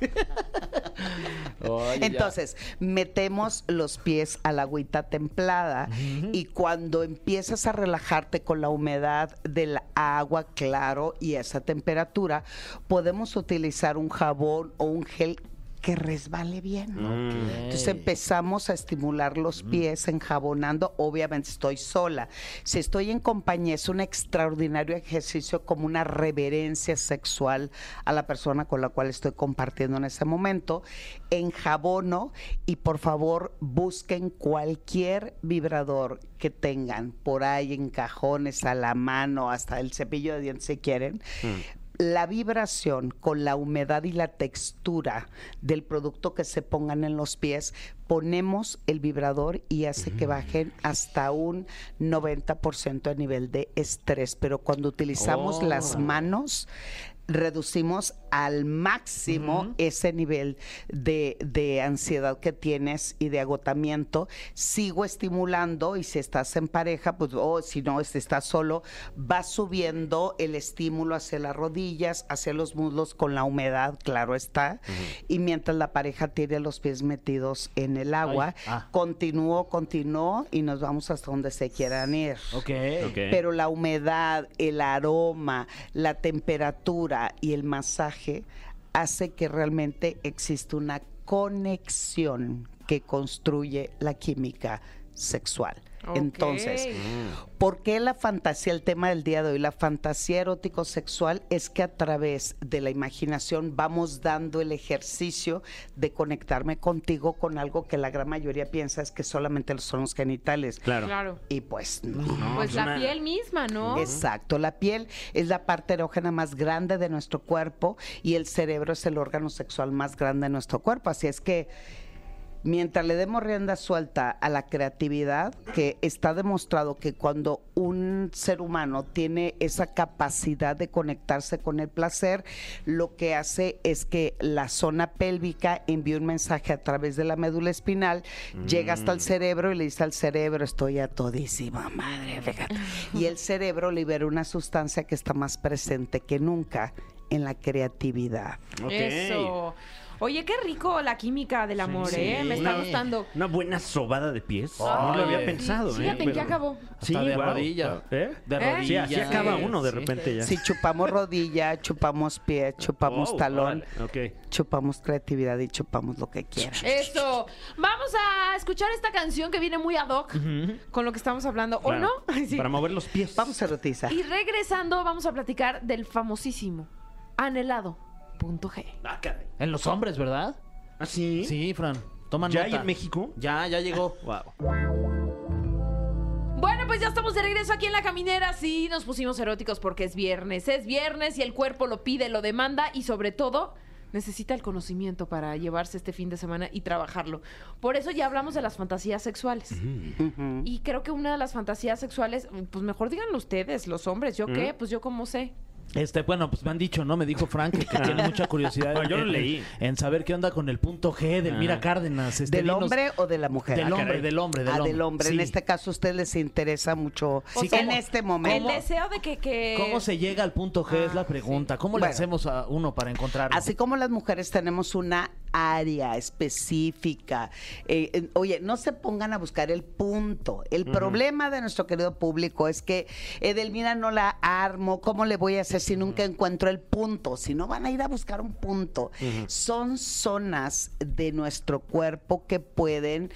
S3: ah.
S9: Oye, ya.
S7: Entonces, metemos los pies a la agüita templada y cuando empiezas a relajarte con la humedad del agua, claro, y esa temperatura, podemos utilizar un jabón o un gel que resbale bien. Entonces
S9: Ey.
S7: empezamos a estimular los pies enjabonando. Obviamente estoy sola. Si estoy en compañía es un extraordinario ejercicio como una reverencia sexual a la persona con la cual estoy compartiendo en ese momento. Enjabono y por favor busquen cualquier vibrador que tengan por ahí en cajones, a la mano, hasta el cepillo de dientes si quieren la vibración con la humedad y la textura del producto que se pongan en los pies, ponemos el vibrador y hace que bajen hasta un 90% a nivel de estrés. Pero cuando utilizamos las manos, reducimos al máximo ese nivel de, de ansiedad que tienes y de agotamiento. Sigo estimulando y si estás en pareja, pues, o si no, si estás solo, va subiendo el estímulo hacia las rodillas, hacia los muslos con la humedad, claro está. Y mientras la pareja tiene los pies metidos en el agua,
S9: ah.
S7: continúo, continúo y nos vamos hasta donde se quieran ir.
S9: Ok.
S7: Pero la humedad, el aroma, la temperatura y el masaje hace que realmente exista una conexión que construye la química sexual. Entonces, ¿Por qué la fantasía, el tema del día de hoy, la fantasía erótico-sexual es que a través de la imaginación vamos dando el ejercicio de conectarme contigo con algo que la gran mayoría piensa es que solamente son los genitales.
S8: Claro.
S2: Claro.
S7: Y pues no.
S2: Pues
S8: es
S2: la
S8: una-
S2: piel misma, ¿no?
S7: Exacto, la piel es la parte erógena más grande de nuestro cuerpo y el cerebro es el órgano sexual más grande de nuestro cuerpo, así es que mientras le demos rienda suelta a la creatividad, que está demostrado que cuando un ser humano tiene esa capacidad de conectarse con el placer, lo que hace es que la zona pélvica envía un mensaje a través de la médula espinal, llega hasta el cerebro y le dice al cerebro, estoy a todísima madre, fíjate. Y el cerebro libera una sustancia que está más presente que nunca en la creatividad.
S8: Ok.
S2: Eso. Oye, qué rico la química del amor,
S8: Sí.
S2: ¿eh? Me está
S8: Una-
S2: gustando.
S8: Una buena sobada de pies. no lo
S9: Oye.
S8: había pensado, ¿eh?
S2: Fíjate en qué
S8: Pero-
S2: acabó.
S8: Sí,
S9: Hasta de
S8: guau.
S9: rodilla.
S8: ¿Eh?
S9: De
S2: ¿Eh?
S9: rodillas.
S8: Sí, así acaba
S9: sí,
S8: uno de
S9: sí.
S8: repente ya.
S7: Si chupamos rodilla, chupamos pie,
S4: Oh,
S7: chupamos
S2: Oh,
S8: Wow,
S7: talón,
S8: órale,
S7: chupamos creatividad y chupamos lo que quieras.
S2: Eso. Vamos a escuchar esta canción que viene muy ad hoc con lo que estamos hablando. ¿O
S8: Claro,
S2: no? Ay, sí.
S8: Para mover los pies.
S7: Vamos a erotizar.
S2: Y regresando, vamos a platicar del famosísimo anhelado.g.
S8: Ah, caray.
S9: En los hombres, ¿verdad?
S8: ¿Ah, sí?
S9: Sí, Fran. Toma
S8: ¿Ya hay
S9: nota.
S8: en México?
S9: Ya, ya llegó.
S2: Bueno, pues ya estamos de regreso aquí en la caminera. Sí, nos pusimos eróticos porque es viernes. Es viernes y el cuerpo lo pide, lo demanda y sobre todo necesita el conocimiento para llevarse este fin de semana y trabajarlo. Por eso ya hablamos de las fantasías sexuales. Y creo que una de las fantasías sexuales, pues mejor díganlo ustedes, los hombres. ¿Yo qué? Pues yo cómo sé.
S9: Este, bueno, pues me han dicho, ¿no? Me dijo Frank que tiene mucha curiosidad
S4: No, yo
S9: en,
S4: lo
S9: en-
S4: leí.
S9: en saber qué onda con el punto G del Mira Cárdenas. Este,
S7: ¿Del
S9: dinos-
S7: hombre o de la mujer?
S9: Del
S7: Ah,
S9: hombre,
S7: caray.
S9: del hombre, del
S7: Ah,
S9: hombre.
S7: del hombre. En
S9: Sí.
S7: este caso, a ustedes les interesa mucho
S2: O sea,
S7: en
S2: ¿cómo-
S7: este
S2: El
S7: momento.
S2: deseo de que... que...
S9: ¿Cómo se llega al punto G? es la pregunta. ¿Cómo le
S7: Ah, Bueno.
S9: hacemos a uno para encontrarlo?
S7: Así como las mujeres tenemos una área específica. Eh, eh, oye, no se pongan a buscar el punto. El problema de nuestro querido público es que Edelmira no la armo. ¿Cómo le voy a hacer si nunca encuentro el punto? Si no van a ir a buscar un punto. Son zonas de nuestro cuerpo que pueden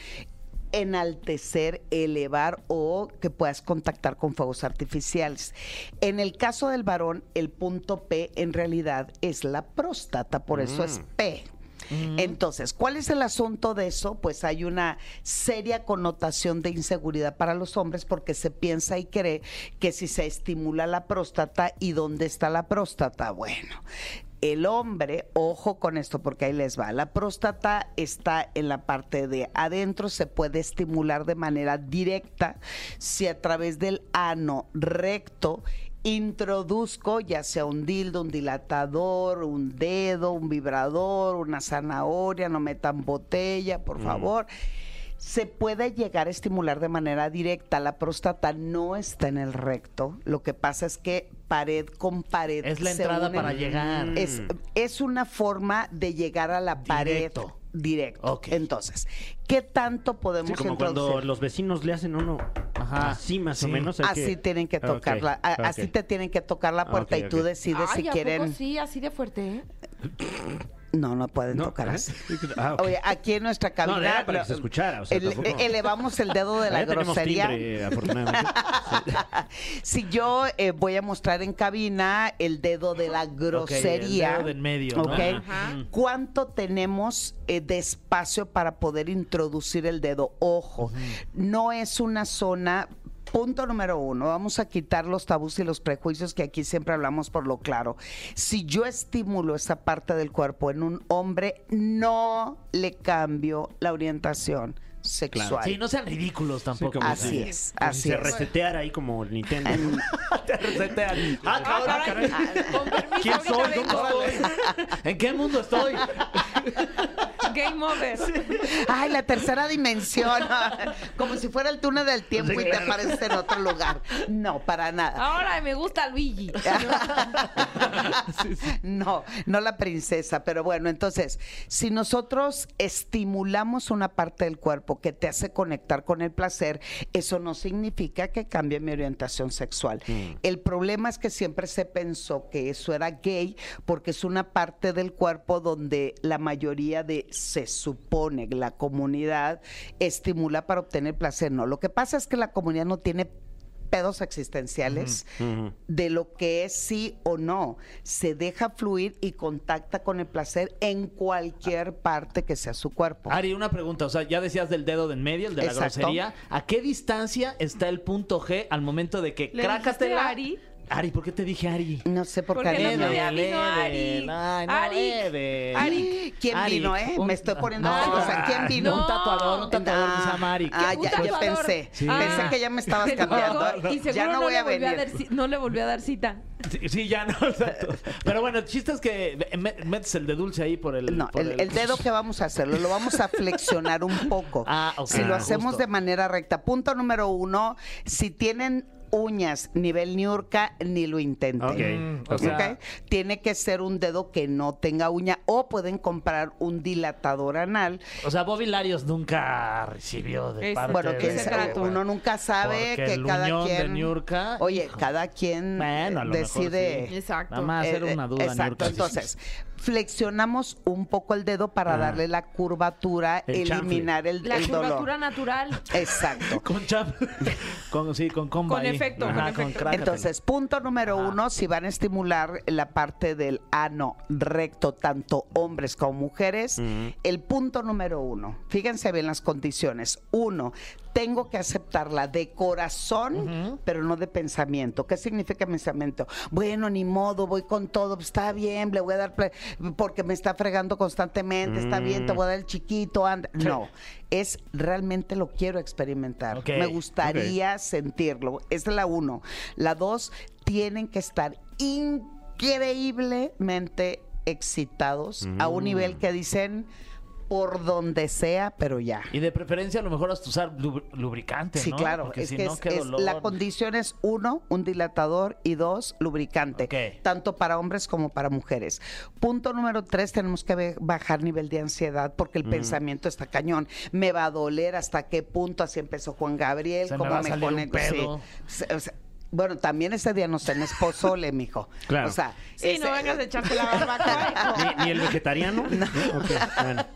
S7: enaltecer, elevar o que puedas contactar con fuegos artificiales. En el caso del varón, el punto P en realidad es la próstata, por eso es P. Entonces, ¿cuál es el asunto de eso? Pues hay una seria connotación de inseguridad para los hombres porque se piensa y cree que si se estimula la próstata y dónde está la próstata, bueno. El hombre, ojo con esto porque ahí les va, la próstata está en la parte de adentro, se puede estimular de manera directa si a través del ano recto introduzco ya sea un dildo, un dilatador, un dedo, un vibrador, una zanahoria, no metan botella, por favor se puede llegar a estimular de manera directa. La próstata no está en el recto. Lo que pasa es que pared con pared.
S9: Es la
S7: se
S9: entrada
S7: unen.
S9: para llegar.
S7: Es, es una forma de llegar a la pared
S9: Directo.
S7: directo.
S9: Ok.
S7: Entonces, ¿qué tanto podemos
S4: Sí, como cuando
S7: introducir?
S4: los vecinos le hacen uno
S9: Ajá.
S4: así más
S9: Sí.
S4: o menos. hay
S7: Así tienen que
S4: Ok,
S7: tocarla, a-
S4: ok.
S7: así te tienen que tocar la puerta
S4: Ok,
S7: y tú
S4: ok.
S7: decides
S2: Ay,
S7: si
S2: ¿a
S7: quieren.
S2: poco sí? Así de fuerte, ¿eh?
S7: No, no pueden
S4: ¿No?
S7: tocar
S4: ¿Eh?
S7: así.
S4: Ah, ok.
S7: Oye, aquí en nuestra cabina
S4: No, era para que se
S7: lo-
S4: escuchara, o sea,
S7: ele-
S4: tampoco-
S7: elevamos el dedo de la
S4: Allá Ah, tenemos
S7: grosería.
S4: timbre, eh, afortunadamente.
S7: Si yo eh, voy a mostrar en cabina el dedo de la grosería.
S9: dedo de en medio, ¿no?
S7: ¿ok?
S2: Ajá.
S7: ¿Cuánto tenemos eh, de espacio para poder introducir el dedo? Ojo, no es una zona. Punto número uno, vamos a quitar los tabús y los prejuicios que aquí siempre hablamos por lo claro. Si yo estimulo esa parte del cuerpo en un hombre, no le cambio la orientación sexual.
S9: Sí, no sean ridículos tampoco.
S4: como
S7: así
S4: si-
S7: es,
S4: como
S7: así
S4: si se
S7: es.
S4: reseteara ahí como el Nintendo.
S9: Te resetean. Ah, cabrón,
S2: Ah, caray. Con permiso,
S7: Ah,
S9: ¿Quién
S2: ahorita
S9: soy?
S2: vengo.
S9: ¿Dónde estoy? ¿En qué mundo estoy?
S2: Game over.
S7: Ay, la tercera dimensión. Como si fuera el túnel del tiempo y te apareces en otro lugar. No, para nada.
S2: Ahora me gusta Luigi.
S7: Ah, No, no la princesa. Pero bueno, entonces, si nosotros estimulamos una parte del cuerpo que te hace conectar con el placer, eso no significa que cambie mi orientación sexual. El problema es que siempre se pensó que eso era gay porque es una parte del cuerpo donde la mayoría de, se supone, la comunidad estimula para obtener placer. No, lo que pasa es que la comunidad no tiene pedos existenciales de lo que es sí o no. Se deja fluir y contacta con el placer en cualquier parte que sea su cuerpo.
S9: Ah. Ari, una pregunta. O sea, ya decías del dedo de en medio, el de la
S7: Exacto.
S9: grosería. ¿A qué distancia está el punto G al momento de que
S2: ¿Le dijiste
S9: crácatela?
S2: Ari?
S9: Ari, ¿por qué te dije Ari?
S7: No sé por qué.
S2: Porque el
S7: Adela.
S2: otro día vino Ari.
S9: Eden, ay, no,
S2: Ari.
S9: Eden.
S2: Ari.
S7: ¿Quién
S9: Ari,
S7: vino, eh?
S9: un-
S7: Me estoy poniendo
S9: Ah,
S7: celosa. ¿Quién vino?
S9: Un tatuador, un tatuador que se llama Ari.
S7: Ah,
S2: ¿Qué puta
S7: ya, ya
S2: tatuador?
S7: pensé.
S2: Sí.
S7: Pensé
S2: Ah.
S7: que ya me estabas
S2: Se colgó
S7: cambiando.
S2: y seguro
S7: ya no, voy
S2: le
S7: a
S2: volvió
S7: venir.
S2: dar ci- no le volvió a dar cita.
S9: Sí, sí, ya no. exacto. Pero bueno, el chiste es que me- metes el de dulce ahí por el.
S7: No,
S9: por
S7: el, el dedo que vamos a hacerlo, lo vamos a flexionar un poco.
S9: Ah, ok.
S7: Si lo
S9: Ah,
S7: hacemos
S9: justo.
S7: de manera recta. Punto número uno, si tienen uñas nivel niurca, ni lo intenten.
S4: Ok.
S9: O sea,
S7: Ok. Tiene que ser un dedo que no tenga uña o pueden comprar un dilatador anal.
S9: o sea, Bobby Larios nunca recibió de
S2: Es-
S9: parte
S7: Este, Bueno,
S9: de-
S7: que
S2: ese trato.
S7: uno nunca sabe
S9: Porque
S7: que
S9: el
S7: cada
S9: uñón de
S7: quien.
S9: Niurka,
S7: oye,
S9: hijo.
S7: cada quien
S9: Bueno, a lo mejor
S7: decide.
S9: sí.
S2: Exacto.
S9: Nada más era
S7: Eh,
S9: una duda.
S7: Exacto.
S9: Niurka.
S7: Entonces, flexionamos un poco el dedo
S9: Ah.
S7: para darle la curvatura,
S4: El chanfle.
S7: eliminar el,
S2: La
S7: el dolor.
S2: curvatura natural.
S7: Exacto.
S9: Con chap. Con, sí, con comba.
S2: Con
S9: ahí.
S2: efecto, con
S9: Ajá,
S2: efecto.
S9: crácatela.
S7: Entonces, punto número uno, si van a estimular la parte del ano recto, tanto hombres como mujeres, el punto número uno, fíjense bien las condiciones. Uno, tengo que aceptarla de corazón, pero no de pensamiento. ¿Qué significa pensamiento? Bueno, ni modo, voy con todo, está bien, le voy a dar play- porque me está fregando constantemente, está bien, te
S3: Mm.
S7: voy a dar el chiquito, anda. No, es realmente lo quiero experimentar.
S3: Ok,
S7: Me gustaría sentirlo. Esa es la uno. La dos, tienen que estar increíblemente excitados a un nivel que dicen por donde sea, pero ya.
S3: Y de preferencia a lo mejor hasta usar lub- lubricante,
S7: Sí,
S3: ¿no?
S7: claro.
S3: Porque
S7: es
S3: si
S7: que
S3: no,
S7: es-
S3: qué
S7: es-
S3: dolor.
S7: la condición es uno, un dilatador y dos, lubricante.
S3: Ok.
S7: Tanto para hombres como para mujeres. Punto número tres, tenemos que be- bajar nivel de ansiedad porque
S3: Mm.
S7: el pensamiento está cañón. Me va a doler hasta qué punto. Así empezó Juan Gabriel.
S3: Se me
S7: cómo
S3: va a salir un
S7: conect-
S3: pedo.
S7: Sí. Se- se- Bueno, también ese día nos tenés pozole, mijo.
S4: Claro.
S7: O sea,
S2: Sí,
S7: ese-
S2: no vengas a echarte la barbacoa. hijo.
S4: ¿Ni, ni el vegetariano? ¿No? Ok, bueno.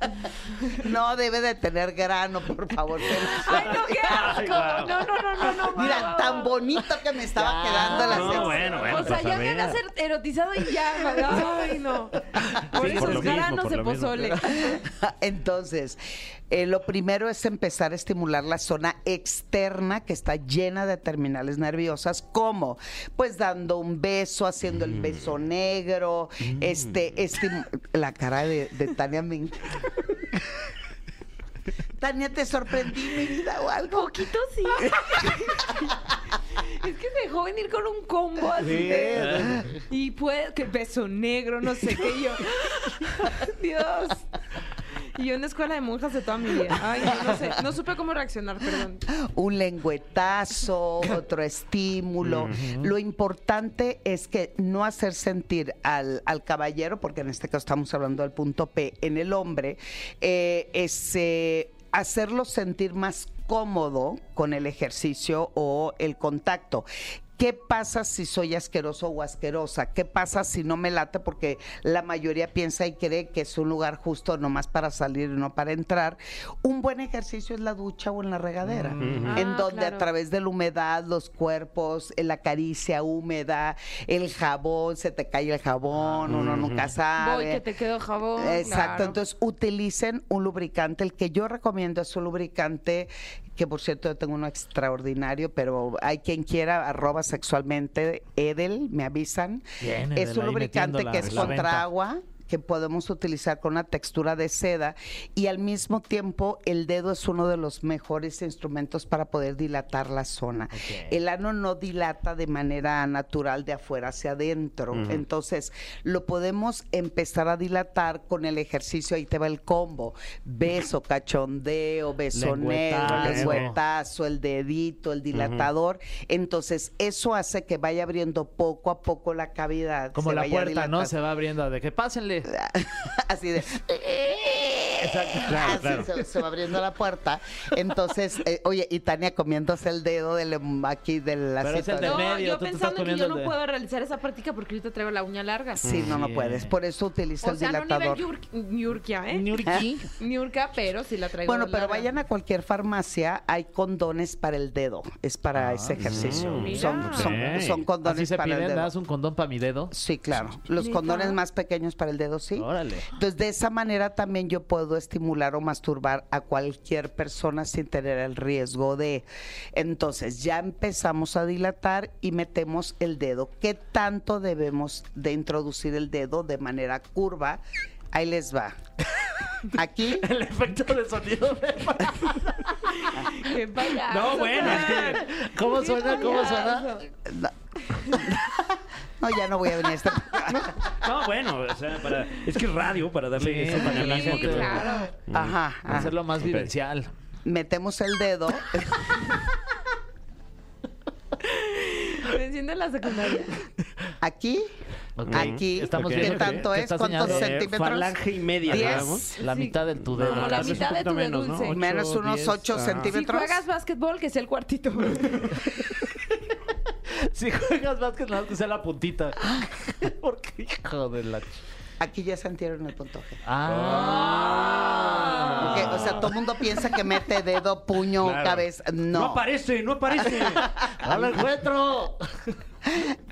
S7: no debe de tener grano, por favor.
S2: Ay, no, qué asco. No, no, no, no, no.
S7: Mira,
S2: guau.
S7: tan bonito que me
S3: Ya.
S7: estaba quedando la
S4: No,
S7: sección.
S4: bueno, bueno.
S2: o sea,
S4: pues,
S2: ya
S4: a ver.
S2: me a ser erotizado y ya. güey. Ay, no. Por
S4: por
S2: esos
S4: lo mismo,
S2: granos
S4: por
S2: de
S4: lo mismo.
S2: pozole.
S7: Entonces, eh, lo primero es empezar a estimular la zona externa que está llena de terminales nerviosas, como pues dando un beso, haciendo el beso
S4: Mm.
S7: negro, este, estim- la cara de, de Tania me encanta. Tania, te sorprendí mi vida o algo.
S2: Poquito sí. es que me dejó venir con un combo así
S3: Ah.
S2: de- Y pues, que beso negro, no sé qué. y yo, Dios. Y yo en la escuela de monjas de toda mi vida. Ay, no, no sé. No supe cómo reaccionar, perdón.
S7: un lengüetazo, otro estímulo. Lo importante es que no hacer sentir al, al caballero, porque en este caso estamos hablando del punto P, en el hombre, eh, es eh, hacerlo sentir más cómodo con el ejercicio o el contacto. ¿Qué pasa si soy asqueroso o asquerosa? ¿Qué pasa si no me late? Porque la mayoría piensa y cree que es un lugar justo nomás para salir y no para entrar. Un buen ejercicio es la ducha o en la regadera, en
S2: Ah,
S7: donde
S2: claro.
S7: a través de la humedad, los cuerpos, eh, la caricia húmeda, el jabón, se te cae el jabón, uno nunca sabe.
S2: Voy, que te quedó jabón.
S7: Exacto,
S2: claro.
S7: entonces utilicen un lubricante. El que yo recomiendo es un lubricante, que por cierto yo tengo uno extraordinario, pero hay quien quiera, arroba sexualmente, Edel, me avisan.
S3: Bien,
S7: es
S3: Edel,
S7: un
S3: ahí
S7: lubricante
S3: metiendo
S7: que
S3: la-
S7: es
S3: la
S7: contra
S3: venta.
S7: agua que podemos utilizar con una textura de seda y al mismo tiempo el dedo es uno de los mejores instrumentos para poder dilatar la zona. El ano no dilata de manera natural de afuera hacia adentro, entonces lo podemos empezar a dilatar con el ejercicio, ahí te va el combo, beso, cachondeo, beso negro,
S3: Lengüetazo.
S7: lengüetazo, el dedito, el dilatador, entonces eso hace que vaya abriendo poco a poco la cavidad.
S3: Como
S7: se
S3: la
S7: vaya
S3: puerta, ¿no?
S7: dilatando
S3: Se va abriendo de que pásenle.
S7: así de así Se, se va abriendo la puerta entonces eh, oye y Tania comiéndose el dedo del em- aquí de la
S3: Pero es el
S7: cita,
S3: del
S7: ¿no?
S2: No,
S3: medio,
S2: yo
S3: tú te estás
S2: pensando que yo
S3: comiendo el
S2: no
S3: de-
S2: puedo realizar esa práctica porque ahorita traigo la uña larga.
S7: sí no no
S3: Sí.
S7: puedes por eso utiliza
S2: O
S7: el
S2: sea, no nivel
S7: dilatador
S2: yur- Niurkia, ¿eh?
S3: Ñurki.
S2: Niurka, pero sí la traigo
S7: bueno pero
S2: larga.
S7: vayan a cualquier farmacia hay condones para el dedo es para ese ejercicio
S2: mira.
S7: son, son,
S4: Ok.
S7: son
S3: Ah, mm. Así
S7: condones
S3: se
S7: para el
S3: piden,
S7: dedo
S3: das un condón para mi dedo.
S7: sí claro los
S2: Neta.
S7: condones más pequeños para el dedo sí
S3: Órale.
S7: Entonces, de esa manera también yo puedo estimular o masturbar a cualquier persona sin tener el riesgo de. Entonces, ya empezamos a dilatar y metemos el dedo. ¿Qué tanto debemos de introducir el dedo de manera curva? Ahí les va. Aquí.
S3: El efecto de sonido.
S2: Qué payaso,
S3: No, bueno. es
S2: Fran.
S3: que- ¿Cómo
S2: Qué
S3: suena? ¿Cómo suena?
S2: payaso.
S7: No, ya no voy a venir a este.
S4: No, bueno, o sea, para- es que es radio para darle
S3: Sí,
S4: ese dinamismo
S2: Sí,
S4: que-
S2: claro.
S7: Ajá. ajá.
S3: Hacerlo más
S4: Ok.
S3: vivencial.
S7: Metemos el dedo.
S2: Me enciende la secundaria.
S7: Aquí.
S3: Ok.
S7: Aquí.
S3: Estamos
S4: Ok.
S7: ¿Qué
S3: viendo que-
S7: tanto
S3: que
S7: es?
S3: estás
S7: ¿Cuántos
S3: señalando
S4: Eh,
S7: centímetros?
S4: falange y media,
S7: Diez.
S4: digamos.
S3: La
S2: Sí.
S3: mitad de tu dedo.
S2: Como la
S4: tal vez
S2: mitad
S4: un
S2: de
S4: poquito
S2: tu dedo
S4: menos, ¿no?
S2: dulce.
S4: Ocho,
S7: Menos unos
S4: diez,
S7: 8
S4: ah.
S2: Si
S7: centímetros.
S2: juegas básquetbol, que sea el cuartito.
S3: Si juegas básquet, nada más que sea la puntita. Porque hijo de la.
S7: Aquí ya sentieron el punto G.
S3: Ah.
S7: Porque, o sea, todo el mundo piensa que mete dedo, puño,
S4: Claro.
S7: cabeza. No,
S4: No aparece, no aparece.
S3: ¡No lo encuentro!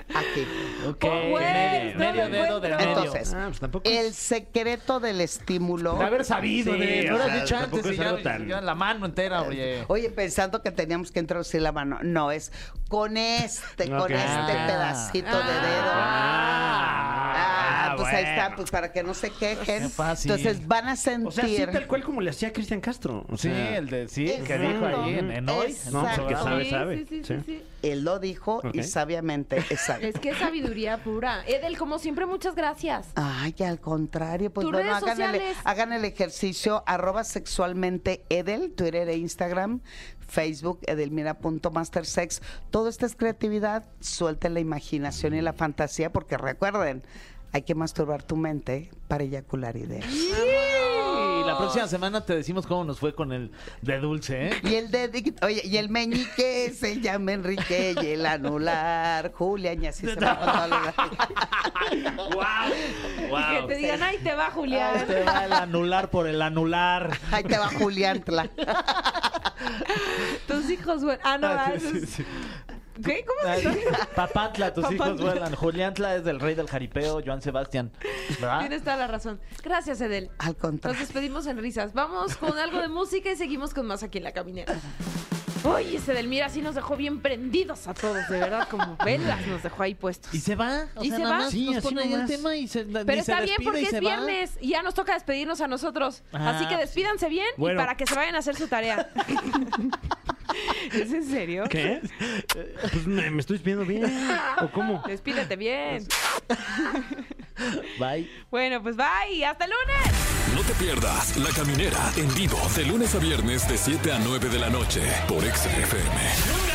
S7: aquí.
S3: Ok.
S2: Por güey,
S3: medio,
S2: no lo
S3: medio dedo del
S2: encuentro.
S3: medio.
S7: Entonces, Entonces,
S4: Ah, pues tampoco
S7: el
S4: es-
S7: secreto del estímulo.
S3: De haber sabido,
S4: Sí,
S3: de, no
S4: o
S3: lo
S4: sea,
S3: has dicho
S4: tampoco
S3: antes, y
S4: es
S3: ya,
S4: algo tan-
S3: ya la mano entera, oye.
S7: Este, Oye, pensando que teníamos que introducir la mano. No, es con este,
S4: Ok, Ah,
S7: con este
S4: ok.
S7: pedacito de dedo. Ah, pues ahí está, pues para que no se quejen.
S3: Qué fácil.
S7: Entonces van a sentir.
S4: O sea, sí, tal cual como le hacía Cristian Castro. O
S3: Sí,
S4: sea,
S3: el de sí, el que dijo
S7: Exacto.
S3: ahí en, en hoy.
S7: Exacto.
S3: en su
S4: No, porque
S3: programa.
S4: sabe,
S2: Sí,
S4: sabe,
S2: sí, sí,
S4: sí.
S2: sí, sí.
S7: Él lo dijo y
S4: Ok.
S7: sabiamente. Exacto.
S2: Es que es sabiduría pura. Edel, como siempre, muchas gracias.
S7: Ay, al contrario, pues
S2: Tus
S7: bueno,
S2: redes
S7: hagan el,
S2: sociales.
S7: hagan el ejercicio, arroba sexualmente Edel, Twitter e Instagram, Facebook, edelmira.mastersex. Todo esto es creatividad, suelten la imaginación y la fantasía, porque recuerden, hay que masturbar tu mente para eyacular ideas.
S3: Y la próxima semana te decimos cómo nos fue con el de dulce, ¿eh?
S7: Y el de, oye, y el meñique se llama Enrique y el anular, Julia, y así se va a
S2: Y que te digan, ahí te va, Julián.
S3: Te este va el anular por el anular.
S7: Ahí te va Julián Tla.
S2: Tus hijos, güey. Ah, no, ah, eso es- ¿Qué?
S3: Ah,
S2: ¿Cómo se llama?
S3: Papantla, tus hijos
S2: Papantla.
S3: vuelan. Juliantla es del rey del jaripeo, Joan Sebastián. ¿Verdad?
S2: Tienes toda la razón. Gracias, Edel.
S7: Al
S2: Nos
S7: contrario.
S2: despedimos en risas. Vamos con algo de música y seguimos con más aquí en la caminera. Oye, ese Delmira sí nos dejó bien prendidos a todos, de verdad, como velas nos dejó ahí puestos.
S3: Y se va.
S2: ¿Y se
S3: nada
S2: va?
S3: más
S2: Sí,
S3: nos
S2: así
S3: pone ahí el
S4: nomás.
S3: tema y se,
S2: Pero está bien porque es viernes y ya nos toca despedirnos a nosotros.
S3: Ah,
S2: Así que
S3: pues
S2: despídanse bien
S4: Bueno.
S2: y para que se vayan a hacer su tarea. ¿Es en serio?
S4: ¿Qué? Pues me, me estoy despidiendo bien. ¿O cómo?
S2: Despídete bien.
S3: Bye.
S2: Bueno, pues bye. Hasta el lunes.
S1: No te pierdas La Caminera en vivo de lunes a viernes de 7 a 9 de la noche por Exa FM.